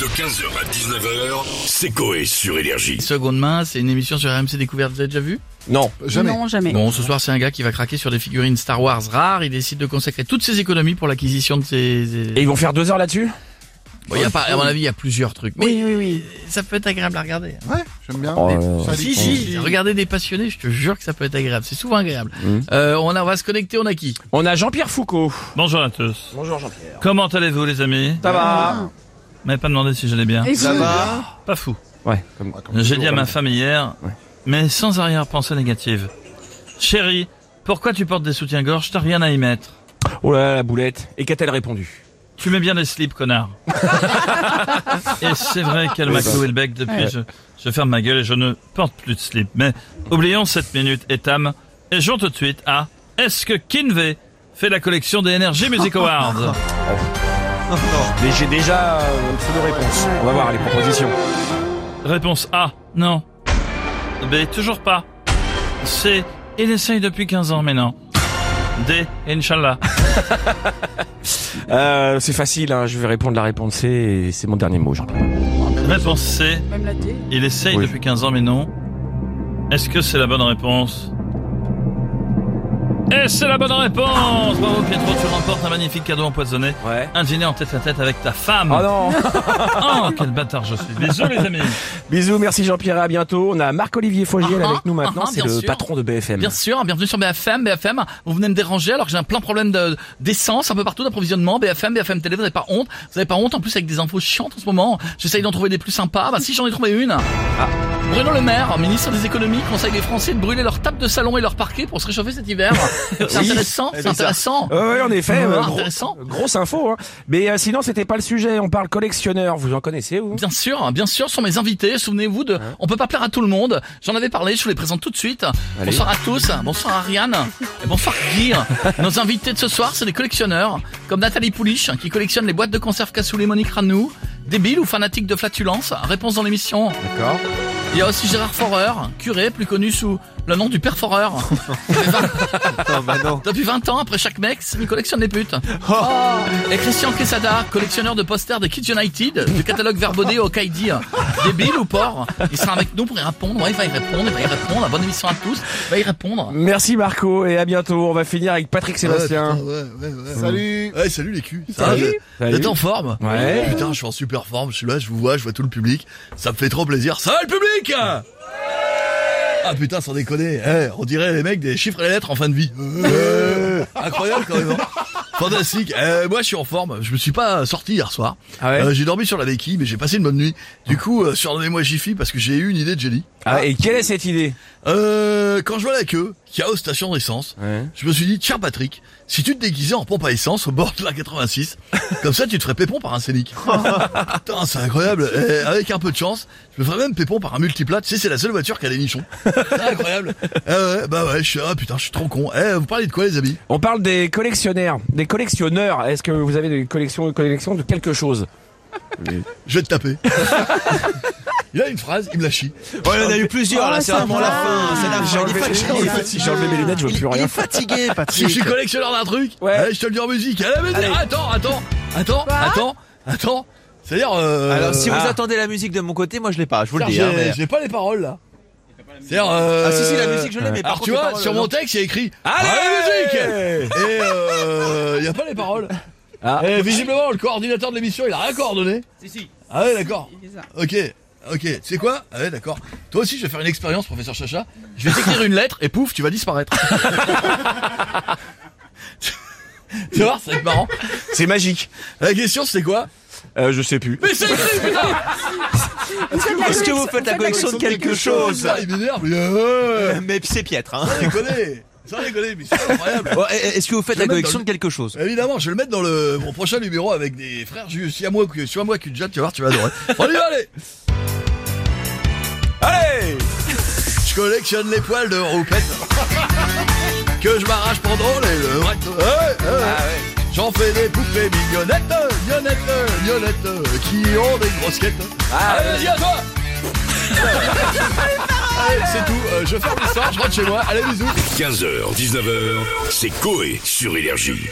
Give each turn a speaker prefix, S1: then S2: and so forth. S1: De 15h à 19h, c'est Coé sur Énergie.
S2: Seconde main, c'est une émission sur RMC Découverte, vous avez déjà vu
S3: Non.
S4: Jamais.
S5: Non, jamais.
S2: Bon, ce soir, c'est un gars qui va craquer sur des figurines Star Wars rares. Il décide de consacrer toutes ses économies pour l'acquisition de ces...
S3: Et ils vont faire deux heures là-dessus
S2: Bon, il y a pas, à mon avis, il y a plusieurs trucs. Mais
S5: Oui, oui, oui.
S2: ça peut être agréable à regarder.
S4: Ouais, j'aime bien.
S3: Oh là là.
S4: Ça
S2: Si,
S4: dit-
S2: si, regardez des passionnés, je te jure que ça peut être agréable. C'est souvent agréable.
S5: Mm.
S3: Mhm.
S2: Euh, on, a, on va se connecter, on a qui
S3: On a Jean-Pierre Foucault.
S6: Bonjour à tous.
S3: Bonjour Jean-Pierre.
S6: Comment allez-vous les amis
S3: Ça va
S6: Vous m'avez pas demandé si j'allais bien.
S5: Et vous
S6: Pas fou.
S3: Ouais. Comme...
S6: J'ai dit à ma femme hier,
S3: Ouais.
S6: mais sans arrière-pensée négative. Chérie, pourquoi tu portes des soutiens-gorge T'as rien à y mettre.
S3: Oh là là, la boulette. Et qu'a-t-elle répondu
S6: Tu mets bien des slips, connard. et c'est vrai qu'elle
S3: bah.
S6: m'a cloué le bec depuis. Je, je ferme ma gueule et je ne porte plus de slip. Mais oublions cette minute étame et jouons tout de suite à Est-ce que Kinvey fait la collection des Energy Music Awards
S3: Mais j'ai déjà euh, une pseudo-réponse. On va voir les propositions.
S6: Réponse A, non. B, toujours pas. C, il essaye depuis 15 ans, mais non. D, Inch'Allah.
S3: Euh, c'est facile, hein, je vais répondre la réponse C et c'est mon dernier mot, Jean-Pierre.
S6: Réponse C,
S5: Même la D.
S6: il essaye
S3: Oui.
S6: depuis 15 ans, mais non. Est-ce que c'est la bonne réponse Et c'est la bonne réponse Bravo Pietro, tu remportes un magnifique cadeau empoisonné.
S3: Ouais.
S6: Un dîner en tête à tête avec ta femme.
S3: Oh non
S6: Oh, quel bâtard je suis. Bisous les amis.
S3: Bisous, merci Jean-Pierre, à bientôt. On a Marc-Olivier Fogiel
S2: Ah,
S3: avec nous
S2: ah,
S3: maintenant,
S2: ah,
S3: c'est
S2: bien
S3: le
S2: sûr.
S3: patron de BFM.
S2: Bien sûr, bienvenue sur BFM, BFM. Vous venez me déranger alors que j'ai un plein problème de- d'essence un peu partout, d'approvisionnement. BFM, BFM Télé, vous n'avez pas honte. Vous n'avez pas honte en plus avec des infos chiantes en ce moment. J'essaye d'en trouver des plus sympas. Bah si j'en ai trouvé une. Ah. Bruno Le Maire, ministre des économies, conseille les Français de brûler leurs tables de salon et leurs parquets pour se réchauffer cet hiver. C'est intéressant, c'est
S3: bizarre.
S2: intéressant.
S3: Ouais, ouais, en effet,
S2: Ah,
S3: euh, gros-
S2: intéressant.
S3: grosse info. hein. Mais euh, sinon, c'était pas le sujet. On parle collectionneur. Vous en connaissez, vous
S2: Bien sûr, hein, bien sûr, sont mes invités. Souvenez-vous de, on peut pas plaire à tout le monde. J'en avais parlé, je vous les présente tout de suite.
S3: Allez.
S2: Bonsoir à tous, bonsoir Ariane, et bonsoir Guy. Nos invités de ce soir, c'est des collectionneurs, comme Nathalie Pouliche, qui collectionne les boîtes de conserve cassoulet Monique Ranou, débile ou fanatique de flatulence. Réponse dans l'émission.
S3: D'accord.
S2: Il y a aussi Gérard Forer, curé, plus connu sous le nom du père Forer. bah Depuis 20 ans, après chaque mec, il collectionne les putes. Et Christian Quesada, collectionneur de posters des Kids United, du catalogue Verbodé au Kaidi. Débile ou porc Il sera avec nous pour y répondre. Ouais, il va y répondre, il va y répondre. Bonne émission à tous. Il va y répondre.
S3: Merci Marco et à bientôt. On va finir avec Patrick
S2: Ah,
S7: Ah,
S3: Sébastien.
S4: Salut.
S8: Ouais, salut les culs. Ça
S3: Salut.
S8: va,
S3: Salut.
S8: Vous êtes en forme
S3: Ouais.
S8: Putain, je suis en super forme. Je suis là, je vous vois, je vois tout le public. Ça me fait trop plaisir. Ça va le public Ah putain, sans déconner. Eh, on dirait les mecs des chiffres et les lettres en fin de vie. Euh, incroyable quand même. hein. Fantastique. Euh, moi, je suis en forme. Je me suis pas sorti hier soir.
S3: Ah ouais
S8: Euh, j'ai dormi sur la béquille, mais j'ai passé une bonne nuit. Du coup, euh, surnommez-moi Jiffy parce que j'ai eu une idée de Jelly.
S3: Ah, et quelle est cette idée
S8: Euh, quand je vois la queue qu'il y a aux stations d'essence,
S3: Ouais.
S8: je me suis dit, tiens Patrick, si tu te déguisais en pompe à essence au bord de la 86, comme ça tu te ferais pépon par un scénic. Putain, c'est incroyable. Et avec un peu de chance, je me ferais même pépon par un multiplate. Tu sais, c'est la seule voiture qui a des nichons. C'est incroyable. Euh, ouais, bah ouais, je suis, ah, putain, je suis trop con. Eh, vous parlez de quoi les amis
S3: On parle des collectionnaires, des collectionneurs. Est-ce que vous avez des collections, collections de quelque chose
S8: Je vais te taper. Il a une phrase, il me la chie.
S7: Ouais, on a eu plusieurs, là, c'est vraiment la fin. C'est la
S3: J'ai
S7: fin,
S3: enlevé-
S7: il est fatigué.
S3: j'ai enlevé- Si j'ai enlevé mes lunettes, je veux
S7: Il,
S3: plus
S7: il
S3: rien.
S7: est fatigué,
S8: Ah, Si je
S7: Patrick.
S8: suis collectionneur d'un truc,
S3: Ouais.
S8: allez, je te le dis en musique. Allez, mais-
S3: Allez.
S8: Attends, attends, attends, attends, attends. C'est-à-dire, euh,
S7: Alors, si vous
S3: Ah.
S7: attendez la musique de mon côté, moi je l'ai pas, je vous le
S8: Car
S7: dis. hein, mais-
S8: J'ai j'ai pas les paroles là. C'est-à-dire, euh,
S7: Ah, si, si, la musique, je l'ai, mais par
S8: Alors
S7: contre,
S8: tu
S7: les
S8: vois,
S7: paroles,
S8: sur
S7: non.
S8: mon texte, il y a écrit
S3: Allez
S8: Allez, musique Et euh, y a pas les paroles.
S3: Ah.
S8: Et visiblement, le coordinateur de l'émission, il a rien coordonné. Si, si. Ah ouais, d'accord. Ok, ok. Tu sais quoi Ah ouais, d'accord. Toi aussi, je vais faire une expérience, professeur Chacha. Je vais t'écrire une lettre et pouf, tu vas disparaître. tu vois, c'est marrant.
S3: C'est magique.
S8: La question, c'est quoi
S3: Euh, je sais plus.
S8: Mais c'est écrit, putain
S7: Est-ce que vous faites la collection de quelque chose
S8: Oh, Ça, il m'énerve. mais, euh,
S7: Euh, Mais c'est piètre, hein.
S8: Sans déconner Sans déconner, mais c'est incroyable
S7: Bon, eh, Est-ce que vous faites
S8: Je vais mettre dans
S7: la collection
S8: le-
S7: de quelque chose
S8: Évidemment, je vais le mettre dans le, mon prochain numéro avec des frères ju- si à moi que si à moi qu'une jatte, tu vas voir, tu vas adorer. On y va, allez
S3: Allez
S8: Je collectionne les poils de roupette que je m'arrache pour drôle et le vrai. Ouais, ouais, ouais. J'en fais des poupées mignonnettes, mignonnettes, mignonnettes, qui ont des grosses quêtes. allez, vas-y, à toi Allez, c'est tout, Euh, je ferme l'histoire, je rentre chez moi, allez bisous
S1: 15h, 19h, c'est Coé sur Énergie.